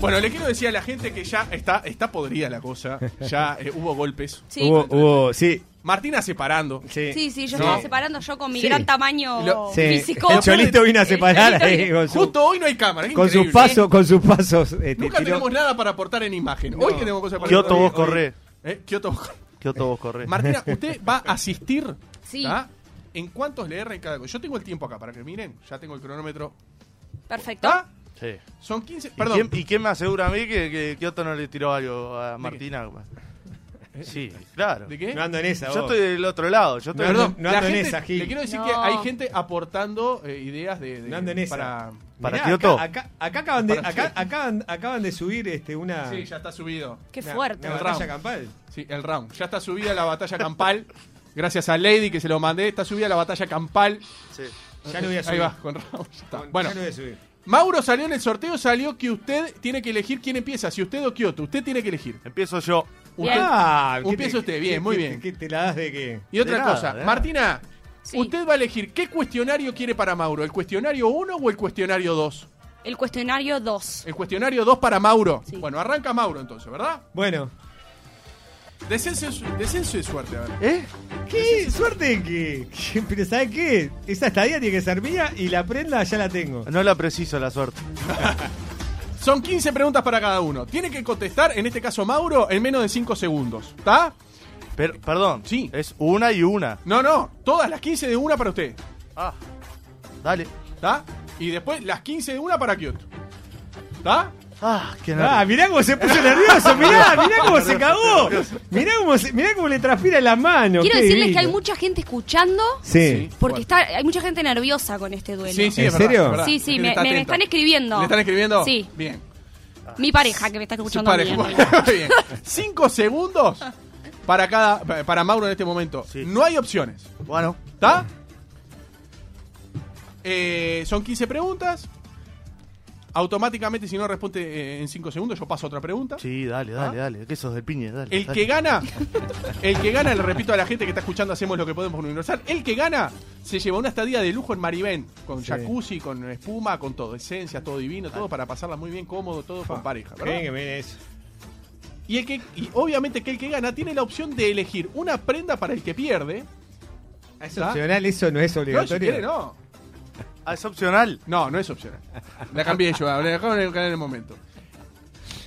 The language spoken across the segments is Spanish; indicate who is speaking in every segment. Speaker 1: Bueno, le quiero decir a la gente que ya está, está podrida la cosa. Ya eh, hubo golpes.
Speaker 2: Sí.
Speaker 3: Hubo, hubo, sí.
Speaker 1: Martina separando.
Speaker 3: Sí,
Speaker 2: Sí, sí, yo
Speaker 1: No.
Speaker 2: estaba separando yo con mi
Speaker 3: Sí.
Speaker 2: gran tamaño
Speaker 1: Lo-
Speaker 3: Sí.
Speaker 2: físico.
Speaker 3: El cholito vino a separar
Speaker 2: cholito
Speaker 3: ahí
Speaker 2: vino.
Speaker 3: con, su-
Speaker 1: Justo hoy no hay cámara. es
Speaker 3: con sus
Speaker 1: increíble.
Speaker 3: pasos, con sus pasos. este,
Speaker 1: Nunca
Speaker 3: tiró-
Speaker 1: tenemos nada para aportar en imagen. Hoy tenemos cosas para
Speaker 4: Kioto,
Speaker 1: hoy-
Speaker 4: vos
Speaker 1: hoy-
Speaker 4: corré.
Speaker 1: Eh, Kioto, vos corré.
Speaker 4: Kioto, vos corrés.
Speaker 1: Martina, usted va a asistir.
Speaker 2: Sí.
Speaker 1: ¿tá? ¿En cuántos le erran cada cosa? Yo tengo el tiempo acá para que miren. Ya tengo el cronómetro.
Speaker 2: Perfecto.
Speaker 3: Ah.
Speaker 1: ¿Tá?
Speaker 4: Sí.
Speaker 1: Son 15.
Speaker 4: ¿Y
Speaker 1: Perdón.
Speaker 4: quién- ¿Y quién, me asegura a mí que, que Kioto no le tiró algo a Martina? Sí, claro.
Speaker 1: ¿Eh? ¿De qué?
Speaker 3: No ando en esa,
Speaker 4: Yo
Speaker 3: vos.
Speaker 4: estoy del otro lado. Yo estoy
Speaker 1: Perdón,
Speaker 3: no
Speaker 1: la
Speaker 3: ando en
Speaker 1: gente-
Speaker 3: esa, Gil.
Speaker 1: Le quiero decir
Speaker 2: No.
Speaker 1: que hay gente aportando eh, ideas de, de-
Speaker 3: No ando en esa.
Speaker 1: para.
Speaker 4: Para
Speaker 3: Mirá,
Speaker 4: Kioto.
Speaker 3: Acá, acá- acá acaban, de,
Speaker 1: Para
Speaker 3: acá-
Speaker 1: Kioto.
Speaker 3: acaban, acaban de subir este, una.
Speaker 1: Sí, ya está subido.
Speaker 2: Qué
Speaker 3: una-
Speaker 2: fuerte.
Speaker 3: una
Speaker 1: El
Speaker 3: batalla
Speaker 1: round.
Speaker 3: campal.
Speaker 1: Sí, el round. Ya está subida la batalla campal. Gracias a Lady que se lo mandé. Está subida la batalla campal.
Speaker 4: Sí.
Speaker 3: Ya lo voy a subir.
Speaker 1: Ahí va, con round. Ya está.
Speaker 3: Con-
Speaker 1: Bueno,
Speaker 3: ya lo voy a subir.
Speaker 1: Mauro salió en el sorteo, salió que usted tiene que elegir quién empieza, si usted o Kioto. Usted tiene que elegir.
Speaker 4: Empiezo yo.
Speaker 1: Usted-
Speaker 3: Ah, ¿qué
Speaker 1: Un
Speaker 3: te-
Speaker 1: pienso usted,
Speaker 3: qué-
Speaker 1: bien,
Speaker 3: qué-
Speaker 1: muy
Speaker 3: qué-
Speaker 1: bien.
Speaker 3: qué ¿Te la das de qué?
Speaker 1: Y otra
Speaker 4: De nada,
Speaker 1: cosa,
Speaker 4: de nada.
Speaker 1: Martina,
Speaker 2: Sí.
Speaker 1: usted va a elegir qué cuestionario quiere para Mauro, el cuestionario 1 o el cuestionario 2.
Speaker 2: El cuestionario 2.
Speaker 1: El cuestionario 2 para Mauro.
Speaker 2: Sí.
Speaker 1: Bueno, arranca Mauro entonces, ¿verdad?
Speaker 3: Bueno.
Speaker 1: Descenso, descenso de suerte, a ver.
Speaker 4: ¿Eh?
Speaker 3: ¿Qué? Suerte que. que- Pero ¿sabes qué? Esa estadía tiene que ser mía y la prenda ya la tengo.
Speaker 4: No la preciso la suerte.
Speaker 1: Son 15 preguntas para cada uno. Tiene que contestar, en este caso Mauro, en menos de 5 segundos. ¿Está?
Speaker 4: Pero, perdón.
Speaker 1: Sí.
Speaker 4: Es una y una.
Speaker 1: No, no. Todas las 15 de una para usted.
Speaker 4: Ah. Dale.
Speaker 1: ¿Está? Y después las 15 de una para Kyoto. ¿Está?
Speaker 4: Ah, qué nervio.
Speaker 3: Ah, mirá cómo se puso nervioso, mirá, mirá cómo se cagó. Mirá cómo, se- mirá cómo le transpira la mano.
Speaker 2: Quiero
Speaker 3: qué
Speaker 2: decirles que
Speaker 3: divino.
Speaker 2: hay mucha gente escuchando
Speaker 3: Sí.
Speaker 2: porque
Speaker 1: Bueno.
Speaker 2: está, hay mucha gente nerviosa con este duelo.
Speaker 1: Sí, sí,
Speaker 3: ¿En
Speaker 1: es verdad,
Speaker 3: serio?
Speaker 1: es verdad.
Speaker 2: Sí, sí,
Speaker 1: La gente
Speaker 2: me-
Speaker 1: está
Speaker 2: me- me
Speaker 1: atenta.
Speaker 2: están escribiendo.
Speaker 1: ¿Le están escribiendo?
Speaker 2: Sí.
Speaker 1: Bien.
Speaker 2: Mi pareja que me está escuchando. a mí,
Speaker 1: Separe-
Speaker 2: amigo.
Speaker 1: Muy bien. Cinco segundos para cada para Mauro en este momento.
Speaker 4: Sí.
Speaker 1: No hay opciones.
Speaker 4: Bueno.
Speaker 1: ¿Está? Eh, son 15 preguntas. Automáticamente, si no responde eh, en 5 segundos, yo paso a otra pregunta.
Speaker 4: Sí, dale, dale, dale. Que sos del piñe, dale.
Speaker 1: Ah. El
Speaker 4: dale.
Speaker 1: que gana, el que gana, le repito a la gente que está escuchando, hacemos lo que podemos con Universal. El que gana se lleva una estadía de lujo en Maribén, con
Speaker 3: Sí.
Speaker 1: jacuzzi, con espuma, con todo, esencia, todo divino, todo para pasarla muy bien, cómodo, todo con pareja. ¿verdad?
Speaker 3: Miren que miren eso.
Speaker 1: Y, el que, y obviamente que el que gana tiene la opción de elegir una prenda para el que pierde.
Speaker 3: Es
Speaker 1: ¿Está?
Speaker 3: opcional, Ah, eso no es
Speaker 1: No, si
Speaker 3: obligatorio.
Speaker 1: quiere, no.
Speaker 4: Ah, es opcional.
Speaker 1: No, no es opcional. La cambié yo, la dejamos en el en el momento.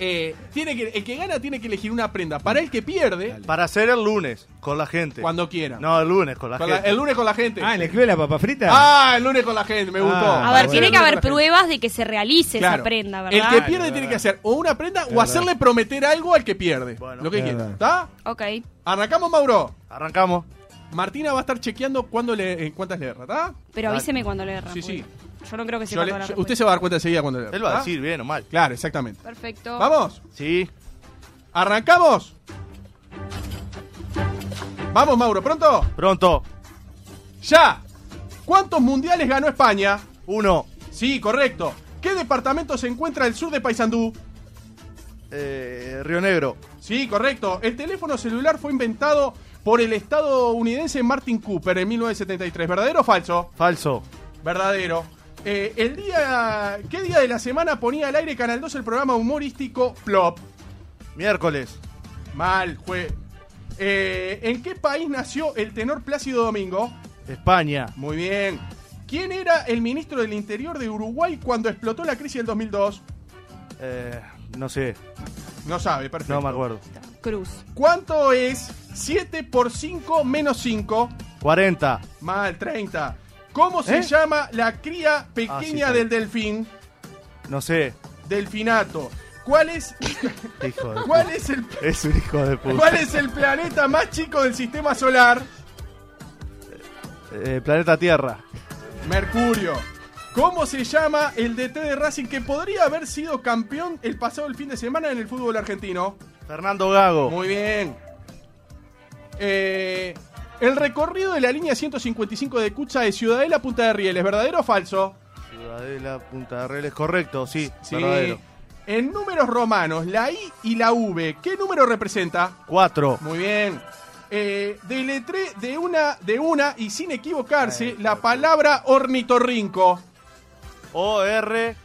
Speaker 1: Eh, tiene que, el que gana tiene que elegir una prenda para el que pierde
Speaker 4: Para hacer el lunes con la gente.
Speaker 1: cuando quiera.
Speaker 4: No, el lunes con la
Speaker 1: Con la-
Speaker 4: gente.
Speaker 1: el lunes con la gente.
Speaker 3: Ah, ¿en el club de la papa frita?
Speaker 1: Ah, el lunes con la gente, me
Speaker 3: Ah,
Speaker 1: gustó.
Speaker 2: A
Speaker 3: Ah,
Speaker 2: ver,
Speaker 3: bueno.
Speaker 2: tiene que
Speaker 1: El lunes
Speaker 2: haber
Speaker 1: con la
Speaker 2: pruebas de que se realice
Speaker 1: gente. Claro.
Speaker 2: esa prenda,
Speaker 1: El que
Speaker 2: ¿verdad?
Speaker 1: pierde
Speaker 3: Claro,
Speaker 1: tiene
Speaker 3: verdad.
Speaker 1: que hacer o una prenda o
Speaker 3: Verdad.
Speaker 1: hacerle prometer algo al que pierde.
Speaker 4: Bueno.
Speaker 1: lo que quiera.
Speaker 3: Verdad.
Speaker 1: ¿Está?
Speaker 2: Ok.
Speaker 1: Arrancamos, Mauro.
Speaker 4: Arrancamos.
Speaker 1: Martina va a estar chequeando cuándo le, en cuántas le erra, ¿está?
Speaker 2: Pero avíseme cuando le erran.
Speaker 1: Sí, sí.
Speaker 2: porque Yo no creo que
Speaker 1: Yo
Speaker 2: sepa
Speaker 1: le-
Speaker 2: toda la
Speaker 1: yo- usted
Speaker 2: respuesta.
Speaker 1: se va a dar cuenta enseguida cuando le erra.
Speaker 4: Él va a
Speaker 1: ¿está?
Speaker 4: decir bien o mal.
Speaker 1: Claro, exactamente.
Speaker 2: Perfecto.
Speaker 1: Vamos,
Speaker 4: Sí.
Speaker 1: arrancamos. Vamos, Mauro, pronto.
Speaker 4: Pronto.
Speaker 1: Ya. ¿Cuántos mundiales ganó España?
Speaker 4: Uno.
Speaker 1: Sí, correcto. ¿Qué departamento se encuentra al sur de Paysandú?
Speaker 4: Eh, Río Negro.
Speaker 1: Sí, correcto. El teléfono celular fue inventado por el estadounidense Martin Cooper en 1973. ¿Verdadero o falso?
Speaker 4: Falso.
Speaker 1: Verdadero. Eh, el día, ¿Qué día de la semana ponía al aire Canal 2 el programa humorístico Plop?
Speaker 4: Miércoles.
Speaker 1: Mal, jue. Eh, ¿En qué país nació el tenor Plácido Domingo?
Speaker 4: España.
Speaker 1: Muy bien. ¿Quién era el ministro del Interior de Uruguay cuando explotó la crisis del 2002?
Speaker 4: Eh, no sé.
Speaker 1: No sabe, perfecto.
Speaker 4: No me acuerdo.
Speaker 2: Cruz.
Speaker 1: ¿Cuánto es 7 por 5 menos 5?
Speaker 4: 40.
Speaker 1: Mal, 30. ¿Cómo se
Speaker 4: ¿Eh?
Speaker 1: llama la cría
Speaker 4: Ah, sí,
Speaker 1: pequeña
Speaker 4: está
Speaker 1: del delfín?
Speaker 4: No sé.
Speaker 1: Delfinato. ¿Cuál es,
Speaker 4: Hijo de
Speaker 1: cuál, es el,
Speaker 4: puta. Es un hijo de puta.
Speaker 1: ¿Cuál es el planeta más chico del sistema solar?
Speaker 4: Eh, planeta Tierra.
Speaker 1: Mercurio. ¿Cómo se llama el DT de Racing que podría haber sido campeón el pasado el fin de semana en el fútbol argentino?
Speaker 4: Fernando Gago.
Speaker 1: Muy bien. Eh, el recorrido de la línea 155 de Cucha de Ciudadela a Punta de Rieles, ¿verdadero o falso?
Speaker 4: Ciudadela, Punta de Reles. Correcto, sí.
Speaker 1: Sí.
Speaker 4: Verdadero.
Speaker 1: En números romanos, la I y la V, ¿qué número representa?
Speaker 4: 4.
Speaker 1: Muy bien. Eh, deletré de una, de una y sin equivocarse la palabra ornitorrinco.
Speaker 4: O R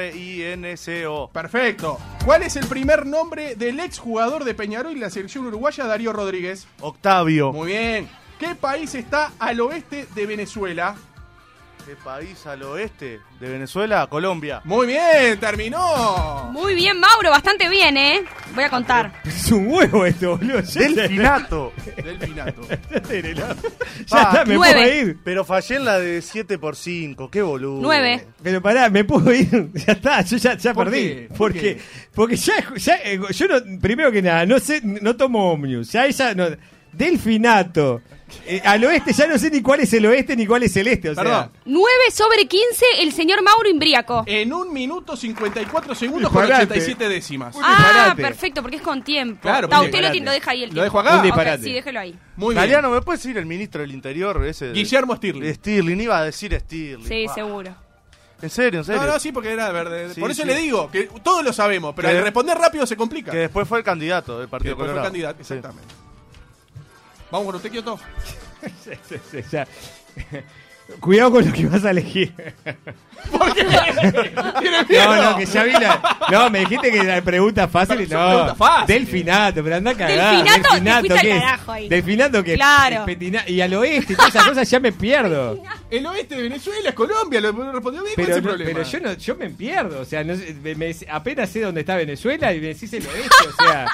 Speaker 4: N-I-T-O-R-R-I-N-C-O.
Speaker 1: Perfecto. ¿Cuál es el primer nombre del exjugador de Peñarol y la selección uruguaya Darío Rodríguez?
Speaker 4: Octavio.
Speaker 1: Muy bien. ¿Qué país está al oeste de Venezuela?
Speaker 4: ¿Qué país al oeste de Venezuela? Colombia.
Speaker 1: Muy bien, terminó.
Speaker 2: Muy bien, Mauro, bastante bien, ¿eh? Voy a contar.
Speaker 3: Es un huevo esto, boludo. Ya
Speaker 4: Delfinato.
Speaker 1: Delfinato.
Speaker 3: está, ya
Speaker 4: Ah,
Speaker 3: está, me
Speaker 2: nueve.
Speaker 3: puedo ir.
Speaker 4: Pero fallé en la de 7 por 5 Qué boludo.
Speaker 2: Nueve.
Speaker 3: Pero pará, me puedo ir. Ya está, yo ya, ya
Speaker 1: ¿Por
Speaker 3: perdí.
Speaker 1: qué? ¿Por
Speaker 3: Porque,
Speaker 1: qué?
Speaker 3: porque ya, ya, eh, yo no, primero que nada, no sé, no tomo Omnius. Ya ella no. Delfinato. Eh, al oeste ya no sé ni cuál es el oeste ni cuál es el este. O sea,
Speaker 1: Perdón.
Speaker 2: 9 sobre 15, el señor Mauro Imbriaco.
Speaker 1: En un minuto 54 segundos con
Speaker 3: Disparate.
Speaker 1: 87 décimas.
Speaker 3: Un
Speaker 2: Ah,
Speaker 3: disparate.
Speaker 2: perfecto, porque es con tiempo.
Speaker 1: Claro,
Speaker 2: Ta,
Speaker 1: un
Speaker 2: usted lo,
Speaker 1: disparate.
Speaker 2: tiene- lo deja ahí el
Speaker 1: ¿Lo
Speaker 2: tiempo.
Speaker 1: dejo acá? Un
Speaker 2: Ok,
Speaker 3: disparate.
Speaker 2: sí, déjelo ahí.
Speaker 1: Muy bien.
Speaker 4: Mariano, ¿me puedes decir el ministro del interior?
Speaker 3: eh,
Speaker 4: Ese
Speaker 1: Guillermo Stirling.
Speaker 4: Stirling, iba a decir Stirling.
Speaker 2: Sí,
Speaker 4: Ah.
Speaker 2: seguro.
Speaker 4: En serio, en serio.
Speaker 1: No, no, sí, porque era verde.
Speaker 4: Sí,
Speaker 1: Por eso
Speaker 4: sí.
Speaker 1: le digo, que todos lo sabemos, pero
Speaker 4: Que-
Speaker 1: al responder rápido se complica.
Speaker 4: Que después fue el candidato del
Speaker 1: Que
Speaker 4: Partido
Speaker 1: después fue
Speaker 4: Colorado.
Speaker 1: candidato,
Speaker 4: Sí.
Speaker 1: exactamente. Vamos con usted, Kioto.
Speaker 3: Sí, sí, sí, ya. Cuidado con lo que vas a elegir.
Speaker 1: ¿Por qué? ¿Tiene miedo?
Speaker 3: No, no, que ya vi la. No, me dijiste que la pregunta fácil.
Speaker 1: Pero
Speaker 3: no,
Speaker 1: son preguntas fáciles.
Speaker 3: Delfinato, pero anda a cagar.
Speaker 2: Delfinato, te fuiste al
Speaker 3: ¿qué es?
Speaker 2: carajo ahí.
Speaker 3: Delfinato que es
Speaker 2: Claro.
Speaker 3: petina- Y al oeste y todas esas cosas ya me pierdo.
Speaker 1: El oeste de Venezuela es Colombia, lo respondió bien, ¿cuál
Speaker 3: Pero,
Speaker 1: es el
Speaker 3: no-
Speaker 1: problema?
Speaker 3: pero yo no, yo me pierdo, o sea, no sé, me- me- apenas sé dónde está Venezuela y me decís el oeste, o sea,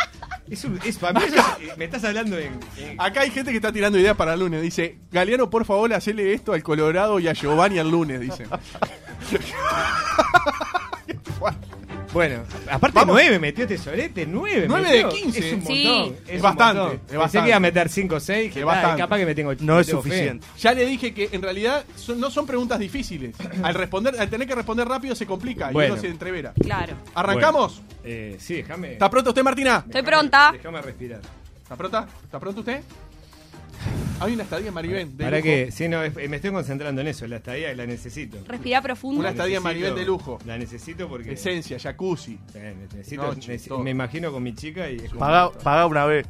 Speaker 3: es un, es, para mí eso es- me estás hablando en, en-
Speaker 1: Acá hay gente que está tirando ideas para el lunes. Dice, Galeano, por favor, hacele esto al Colorado y a Giovanni el lunes, dice.
Speaker 3: bueno, aparte
Speaker 1: Vamos.
Speaker 3: 9 metió tesorete, 9,
Speaker 1: Nueve
Speaker 3: metió,
Speaker 1: de 15.
Speaker 3: es un montón,
Speaker 2: Sí.
Speaker 1: Es
Speaker 3: un
Speaker 1: bastante,
Speaker 3: montón.
Speaker 1: es
Speaker 3: Pensé
Speaker 1: bastante.
Speaker 3: que iba a meter 5 o 6, que
Speaker 1: Es
Speaker 3: tal,
Speaker 1: bastante.
Speaker 3: capaz que me tengo
Speaker 4: No es
Speaker 3: tengo fe.
Speaker 4: suficiente.
Speaker 1: Ya le dije que en realidad son- no son preguntas difíciles. Al responder, al tener que responder rápido se complica y
Speaker 3: Bueno.
Speaker 1: uno se entrevera.
Speaker 2: Claro.
Speaker 1: ¿Arrancamos?
Speaker 3: Eh, sí, déjame.
Speaker 1: ¿Está pronto usted, Martina?
Speaker 2: Estoy pronta.
Speaker 3: Déjame respirar.
Speaker 1: ¿Está pronta? ¿Está pronto usted? Hay una estadía en Maribel. de
Speaker 3: Ahora
Speaker 1: lujo.
Speaker 3: que, sí, no, es- eh, me estoy concentrando en eso, la estadía la necesito.
Speaker 2: Respira profundo.
Speaker 1: Una- estadía en
Speaker 3: Necesito-
Speaker 1: Maribel de lujo.
Speaker 3: La necesito porque
Speaker 1: Esencia, jacuzzi.
Speaker 3: Eh, necesito,
Speaker 1: No,
Speaker 3: necesi-
Speaker 1: chico.
Speaker 3: me imagino con mi chica y es como-
Speaker 4: Pagá, pagá una vez.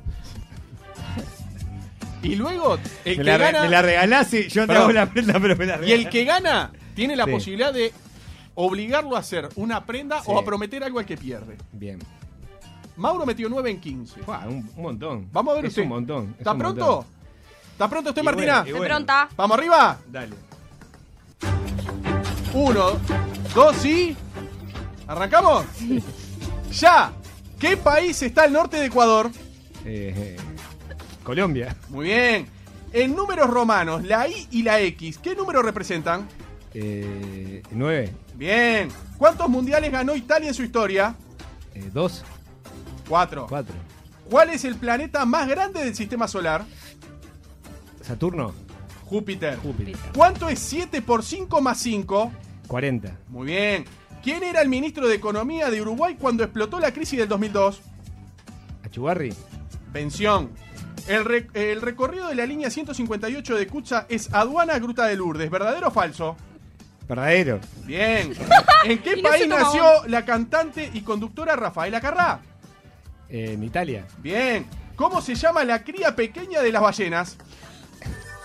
Speaker 1: Y luego, el que
Speaker 3: Me la, re-
Speaker 1: gana.
Speaker 3: me la regalás y yo te
Speaker 1: Perdón.
Speaker 3: hago la prenda, pero me la
Speaker 1: Y el
Speaker 3: regalás.
Speaker 1: que gana tiene la
Speaker 3: Sí.
Speaker 1: posibilidad de obligarlo a hacer una prenda
Speaker 3: Sí.
Speaker 1: o a prometer algo al que pierde.
Speaker 3: Bien.
Speaker 1: Mauro metió 9 en 15.
Speaker 3: Fua, un, un montón.
Speaker 1: Vamos a ver
Speaker 3: Es
Speaker 1: usted.
Speaker 3: un montón. es
Speaker 1: ¿Está
Speaker 3: un
Speaker 1: pronto?
Speaker 3: montón.
Speaker 1: ¿Está pronto usted,
Speaker 3: Y bueno,
Speaker 1: Martina?
Speaker 3: y
Speaker 2: Estoy
Speaker 3: bueno.
Speaker 2: pronta.
Speaker 1: ¿Vamos arriba?
Speaker 3: Dale.
Speaker 1: Uno, dos y. ¿Arrancamos? ¡Ya! ¿Qué país está al norte de Ecuador?
Speaker 3: Eh, eh, Colombia.
Speaker 1: Muy bien. En números romanos, la I y la X, ¿qué número representan?
Speaker 3: Eh, nueve.
Speaker 1: Bien. ¿Cuántos mundiales ganó Italia en su historia?
Speaker 3: Eh, dos.
Speaker 1: Cuatro.
Speaker 3: Cuatro.
Speaker 1: ¿Cuál es el planeta más grande del sistema solar?
Speaker 3: Saturno.
Speaker 1: Júpiter.
Speaker 3: Júpiter.
Speaker 1: ¿Cuánto es 7 por 5 más 5?
Speaker 3: 40.
Speaker 1: Muy bien. ¿Quién era el ministro de Economía de Uruguay cuando explotó la crisis del 2002?
Speaker 3: Achugarri.
Speaker 1: Pensión. El, re- el recorrido de la línea 158 de Cucha es aduana Gruta de Lourdes. ¿Verdadero o falso?
Speaker 3: Verdadero.
Speaker 1: Bien. ¿En qué
Speaker 2: Y no se
Speaker 1: país
Speaker 2: toma
Speaker 1: nació la cantante y conductora Rafaela Carrá?
Speaker 3: Eh, en Italia.
Speaker 1: Bien. ¿Cómo se llama la cría pequeña de las ballenas?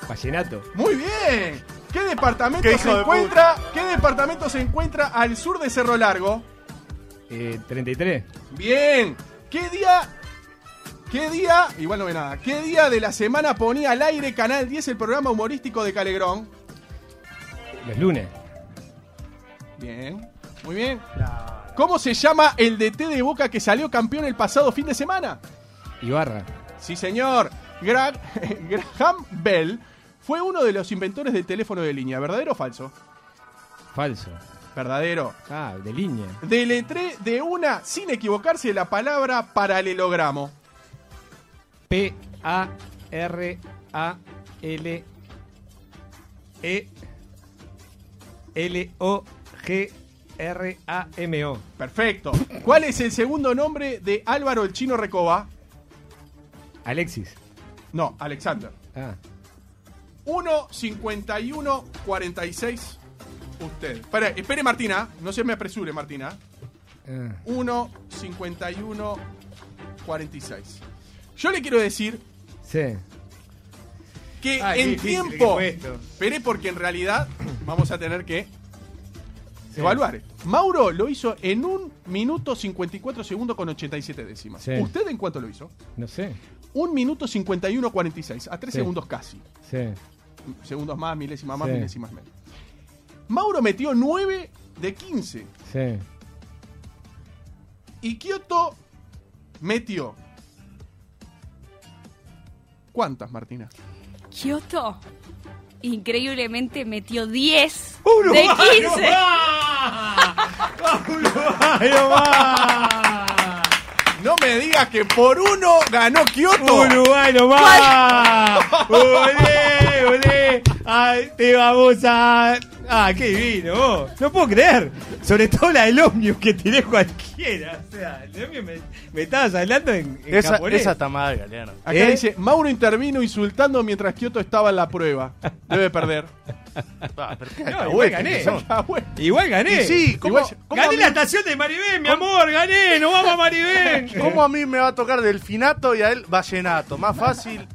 Speaker 3: Vallenato.
Speaker 1: Muy bien. ¿Qué departamento
Speaker 4: Qué hijo
Speaker 1: se
Speaker 4: de
Speaker 1: encuentra? ¿Qué departamento se encuentra al sur de Cerro Largo?
Speaker 3: Eh, 33.
Speaker 1: Bien. ¿Qué día? ¿Qué día? Igual no ve nada. ¿Qué día de la semana ponía al aire Canal 10 el programa humorístico de Calegrón?
Speaker 3: Los lunes.
Speaker 1: Bien. Muy bien. ¿Cómo se llama el DT de Boca que salió campeón el pasado fin de semana?
Speaker 3: Ibarra.
Speaker 1: Sí, señor. Gra- Graham Bell fue uno de los inventores del teléfono de línea. ¿Verdadero o falso?
Speaker 3: Falso.
Speaker 1: Verdadero.
Speaker 3: Ah, de línea.
Speaker 1: Deletré de una, sin equivocarse, la palabra paralelogramo.
Speaker 3: P-A-R-A-L E L-O-G-R-A-M-O.
Speaker 1: Perfecto. ¿Cuál es el segundo nombre de Álvaro el Chino Recoba?
Speaker 3: Alexis.
Speaker 1: No, Alexander.
Speaker 3: Ah,
Speaker 1: 1 51 46 usted. Espere, espere Martina, no se me apresure Martina.
Speaker 3: ah.
Speaker 1: 1 51 46. Yo le quiero decir
Speaker 3: Sí.
Speaker 1: que
Speaker 3: Ay, qué
Speaker 1: en
Speaker 3: difícil que
Speaker 1: tiempo
Speaker 3: fue esto.
Speaker 1: esperé porque en realidad Vamos a tener que evaluar. Mauro lo hizo en un minuto 54 segundos con 87 décimas.
Speaker 3: Sí.
Speaker 1: ¿Usted en cuánto lo hizo?
Speaker 3: No sé.
Speaker 1: Un minuto 51 46, a 3
Speaker 3: Sí.
Speaker 1: segundos casi.
Speaker 3: Sí.
Speaker 1: Segundos más, milésimas más,
Speaker 3: Sí.
Speaker 1: milésimas menos. Mauro metió 9 de 15
Speaker 3: Sí.
Speaker 1: y Kioto metió. ¿Cuántas, Martina?
Speaker 2: Kioto increíblemente metió 10
Speaker 1: ¡Oh,
Speaker 3: ¡Uno
Speaker 2: de
Speaker 3: más,
Speaker 2: 15.
Speaker 3: no más! ¡Uno más, no más!
Speaker 1: No me digas que por uno ganó Kioto.
Speaker 3: Uruguay nomás. Olé, olé. Ay, te vamos a. Ah, qué divino, vos. No puedo creer. Sobre todo la del ómnibus que tiré cualquiera. O sea, el ómnibus me, me estabas hablando en, en
Speaker 4: Esa,
Speaker 3: japonés.
Speaker 4: esa está mal, Galeano.
Speaker 1: Acá
Speaker 3: ¿Eh?
Speaker 1: dice, Mauro intervino insultando mientras Kioto estaba en la prueba. Debe perder.
Speaker 4: Ah, pero qué
Speaker 3: No,
Speaker 4: alcahuete
Speaker 3: igual
Speaker 4: que
Speaker 3: gané.
Speaker 4: son.
Speaker 1: Ah, bueno.
Speaker 3: Igual gané.
Speaker 4: Y sí, ¿cómo-
Speaker 1: Igual-
Speaker 4: cómo
Speaker 3: gané
Speaker 4: a
Speaker 3: la
Speaker 4: mí-
Speaker 3: estación de Maribén, mi amor. Gané. Nos vamos a Maribén.
Speaker 4: ¿Cómo a mí me va a tocar delfinato y a él vallenato? Más fácil.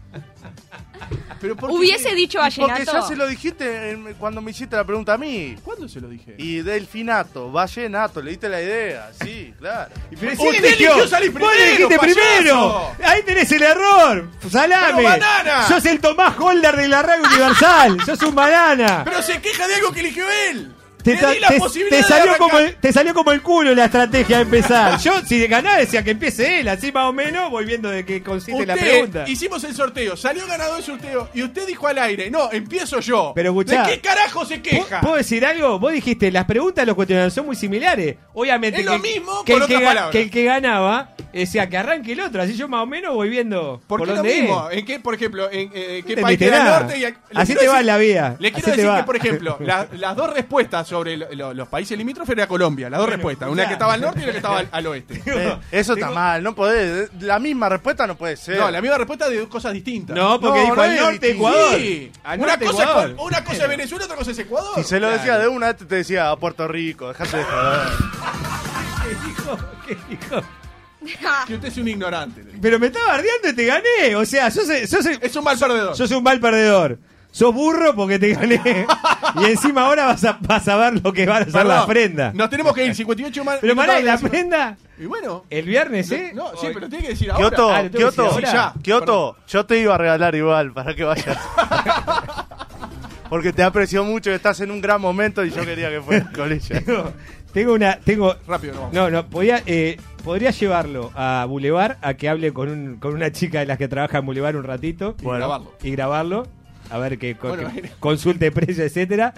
Speaker 4: Pero ¿por qué-
Speaker 2: Hubiese dicho vallenato.
Speaker 4: Porque ya se lo dijiste en- cuando me hiciste la pregunta a mí.
Speaker 1: ¿Cuándo se lo dije?
Speaker 4: Y delfinato, vallenato, le diste la idea. Sí, claro. Eh,
Speaker 3: Pero
Speaker 1: Usted
Speaker 3: sí eligió.
Speaker 1: eligió salir
Speaker 3: Vos
Speaker 1: primero,
Speaker 3: elegiste
Speaker 1: payaso.
Speaker 3: primero. Ahí tenés el error. Salame.
Speaker 1: Pero banana.
Speaker 3: Sos el Tomás Holder de la radio universal. Sos un banana.
Speaker 1: Pero se queja de algo que eligió él.
Speaker 3: Te,
Speaker 1: Le
Speaker 3: sa-
Speaker 1: di la
Speaker 3: te-
Speaker 1: posibilidad
Speaker 3: te salió
Speaker 1: de
Speaker 3: como
Speaker 1: arrancar.
Speaker 3: el, te salió como el culo la estrategia de empezar. Yo, si ganaba, decía que empiece él, así más o menos, voy viendo de qué consiste la
Speaker 1: Usted,
Speaker 3: pregunta.
Speaker 1: Hicimos el sorteo, salió ganador el sorteo y usted dijo al aire, no, empiezo yo.
Speaker 3: Pero,
Speaker 1: ¿De
Speaker 3: escuchá,
Speaker 1: qué carajo se queja?
Speaker 3: ¿Puedo- ¿Puedo decir algo? Vos dijiste, las preguntas de los cuestionarios son muy similares. Obviamente
Speaker 1: Es
Speaker 3: que,
Speaker 1: lo mismo,
Speaker 3: que,
Speaker 1: con
Speaker 3: el que,
Speaker 1: otras
Speaker 3: ga-
Speaker 1: palabras.
Speaker 3: que el que ganaba decía que arranque el otro, así yo más o menos voy viendo por,
Speaker 1: Porque lo
Speaker 3: dónde es.
Speaker 1: mismo, ¿en qué, por ejemplo, en eh, qué
Speaker 3: entendiste
Speaker 1: país queda el
Speaker 3: nada.
Speaker 1: norte y el- le
Speaker 3: Así
Speaker 1: quiero
Speaker 3: te va la vida.
Speaker 1: Le quiero
Speaker 3: Así te
Speaker 1: decir
Speaker 3: va.
Speaker 1: que, por ejemplo, la- las dos respuestas sobre lo- lo- los países limítrofes era Colombia, las dos
Speaker 3: Bueno,
Speaker 1: respuestas,
Speaker 3: escuchá.
Speaker 1: una que estaba al norte y una que estaba al, al oeste.
Speaker 4: Eh, eso está mal, no podés. eh, La misma respuesta no puede ser.
Speaker 1: No, la misma respuesta de dos cosas distintas.
Speaker 3: No, porque
Speaker 4: No,
Speaker 3: dijo
Speaker 4: no
Speaker 3: al
Speaker 4: es
Speaker 3: norte
Speaker 4: distinto.
Speaker 3: Ecuador.
Speaker 1: Sí.
Speaker 3: Al
Speaker 1: Una,
Speaker 3: norte,
Speaker 1: cosa es,
Speaker 3: Ecuador.
Speaker 1: Col- una cosa es Venezuela, otra cosa es Ecuador.
Speaker 4: Si se lo
Speaker 1: Claro.
Speaker 4: decía de una, este te te decía a Puerto Rico, dejate de joder.
Speaker 3: ¿Qué dijo? ¿Qué dijo?
Speaker 1: Que usted es un ignorante. le digo.
Speaker 3: Pero me estaba bardeando y te gané. O sea, sos, sos,
Speaker 1: Es un mal perdedor.
Speaker 3: sos un mal perdedor. Sos burro porque te gané. y encima ahora vas a, vas a ver lo que van a hacer
Speaker 1: Perdón.
Speaker 3: las prendas.
Speaker 1: Nos tenemos que ir 58 más.
Speaker 3: Pero pará, ¿y la
Speaker 1: Décima.
Speaker 3: prenda?
Speaker 1: Y bueno.
Speaker 3: El viernes, ¿eh?
Speaker 1: No, sí,
Speaker 3: Hoy.
Speaker 1: pero tiene que decir ahora.
Speaker 4: Kioto,
Speaker 3: ah, lo tengo que
Speaker 4: Kioto,
Speaker 3: decir ahora.
Speaker 1: ya.
Speaker 4: Kioto, yo te iba a regalar igual para que vayas. Porque te aprecio mucho y estás en un gran momento y yo quería que fueras con ella.
Speaker 3: Tengo- Tengo una. Tengo.
Speaker 1: Rápido, no.
Speaker 3: No, no, podía, eh, podría llevarlo a Boulevard a que hable con, un, con una chica de las que trabaja en Boulevard un ratito.
Speaker 1: Y grabarlo.
Speaker 3: Y grabarlo. A ver que, con-
Speaker 1: Bueno,
Speaker 3: que
Speaker 1: bueno.
Speaker 3: consulte precio, etcétera.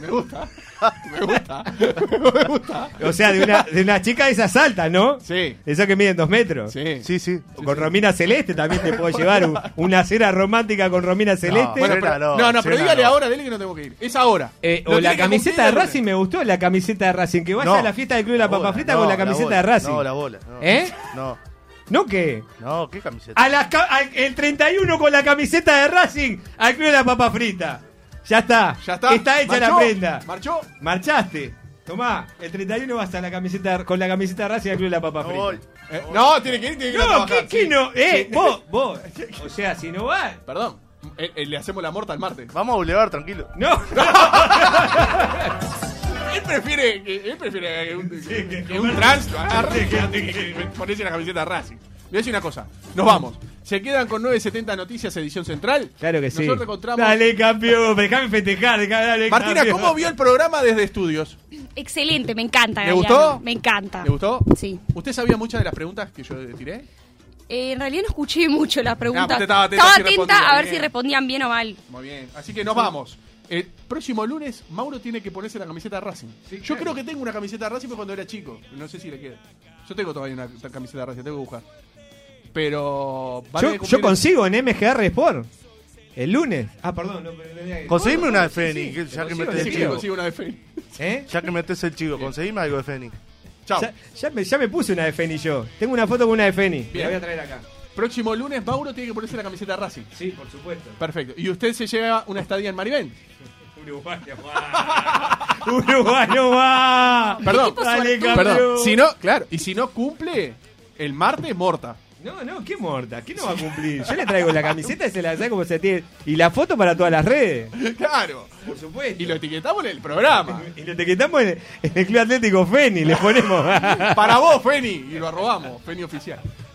Speaker 1: Me gusta. Me gusta. Me gusta.
Speaker 3: O sea, de una, de una chica de esas altas, ¿no?
Speaker 1: Sí.
Speaker 3: De esas que miden dos metros.
Speaker 1: Sí.
Speaker 4: Sí, sí.
Speaker 3: O con Romina Celeste también te puedo llevar un- una cena romántica con Romina Celeste.
Speaker 1: Bueno,
Speaker 4: Cena
Speaker 1: pero,
Speaker 4: no,
Speaker 1: no, no, pero
Speaker 4: cena
Speaker 1: dígale
Speaker 4: no.
Speaker 1: ahora, dele que no tengo que ir. Es ahora.
Speaker 3: Eh,
Speaker 1: Lo
Speaker 3: o la
Speaker 1: tiene que
Speaker 3: camiseta de
Speaker 1: cumplir
Speaker 3: Racing, me gustó la camiseta de Racing. Que vaya
Speaker 4: No.
Speaker 3: a la fiesta del Club de la Papa
Speaker 4: bola,
Speaker 3: Frita
Speaker 4: no,
Speaker 3: con la camiseta
Speaker 4: bola,
Speaker 3: de Racing.
Speaker 4: No, la bola. no.
Speaker 3: ¿Eh?
Speaker 4: No,
Speaker 3: ¿No qué?
Speaker 4: no, ¿qué camiseta?
Speaker 3: A la ca- al- el 31 con la camiseta de Racing al Club de la Papa Frita. Ya está.
Speaker 1: Ya está.
Speaker 3: Está hecha la
Speaker 1: Marchó,
Speaker 3: prenda.
Speaker 1: Marchó.
Speaker 3: Marchaste. Tomá, el 31 vas a la camiseta de- con la camiseta de Racing al Club de la Papa
Speaker 4: No
Speaker 3: Frita.
Speaker 4: voy.
Speaker 1: Eh, no, tiene que ir, tiene que ir. a
Speaker 3: No,
Speaker 1: trabajar,
Speaker 3: ¿qué, qué
Speaker 1: sí.
Speaker 3: no? Eh,
Speaker 1: Sí.
Speaker 3: vos, vos. O sea, si no vas.
Speaker 1: Perdón. Eh, eh, le hacemos la morta al martes.
Speaker 4: Vamos a Boulevard, tranquilo.
Speaker 3: No,
Speaker 1: Él prefiere que, él prefiere que un, que
Speaker 3: que
Speaker 1: un trans lo agarre que, que- que ponerse la camiseta de Racing. Le voy a decir una cosa. Nos vamos. Se quedan con 970 Noticias, edición central.
Speaker 3: Claro que sí.
Speaker 1: Nosotros encontramos.
Speaker 3: Dale, campeón, déjame festejar. dejá- Dale,
Speaker 1: Martina,
Speaker 3: campeón.
Speaker 1: ¿cómo vio el programa desde estudios?
Speaker 2: Excelente, me encanta.
Speaker 1: ¿Le
Speaker 2: Galeano,
Speaker 1: gustó?
Speaker 2: Me encanta.
Speaker 1: ¿Le gustó?
Speaker 2: Ah, Sí.
Speaker 1: ¿Usted sabía muchas de las preguntas que yo le tiré?
Speaker 2: Eh, en realidad no escuché mucho las preguntas.
Speaker 1: usted pues estaba atenta si respondía
Speaker 2: a ver
Speaker 1: bien.
Speaker 2: si respondían bien o mal.
Speaker 1: Muy bien. Así que nos vamos. El próximo lunes, Mauro tiene que ponerse la camiseta de Racing. yo creo que tengo una camiseta de Racing pero cuando era chico. No sé si le queda. Yo tengo todavía una camiseta de Racing, tengo que buscar. Pero. va a
Speaker 3: Yo,
Speaker 1: tener que
Speaker 3: yo
Speaker 1: cumplir-
Speaker 3: consigo en MGR Sport. El lunes. Ah, perdón. No, pero tenía que-
Speaker 4: Conseguime una de
Speaker 3: Sí, sí, te
Speaker 4: Fénix, ya que
Speaker 3: consigo,
Speaker 4: metes
Speaker 3: te
Speaker 1: Sí,
Speaker 3: consigo.
Speaker 4: chivo.
Speaker 1: consigo una de Fénix.
Speaker 3: ¿Eh?
Speaker 4: Ya que metes el chico, conseguime algo de Fénix.
Speaker 1: Chao.
Speaker 3: Ya, ya me, ya me puse una de Feni yo. Tengo una foto con una de Feni.
Speaker 1: Bien.
Speaker 3: La voy a traer acá.
Speaker 1: Próximo lunes, Mauro tiene que ponerse la camiseta de Racing.
Speaker 3: Sí, por supuesto.
Speaker 1: Perfecto. Y usted se lleva una estadía en Maribel.
Speaker 3: Uruguayo va. Uruguayo va.
Speaker 1: Perdón.
Speaker 3: Dale,
Speaker 2: suertudo.
Speaker 3: campeón.
Speaker 1: Perdón. Si no, claro. Y si no cumple, el martes, morta.
Speaker 3: No, no, qué morta, ¿qué no va a cumplir? Yo le traigo la camiseta y se la saco como se tiene. Y la foto para todas las redes.
Speaker 1: Claro.
Speaker 3: Por supuesto.
Speaker 1: Y lo etiquetamos en el programa.
Speaker 3: Y lo etiquetamos en, en el Club Atlético Feni, le ponemos.
Speaker 1: Para vos, Feni. Y lo arrobamos, Feni oficial.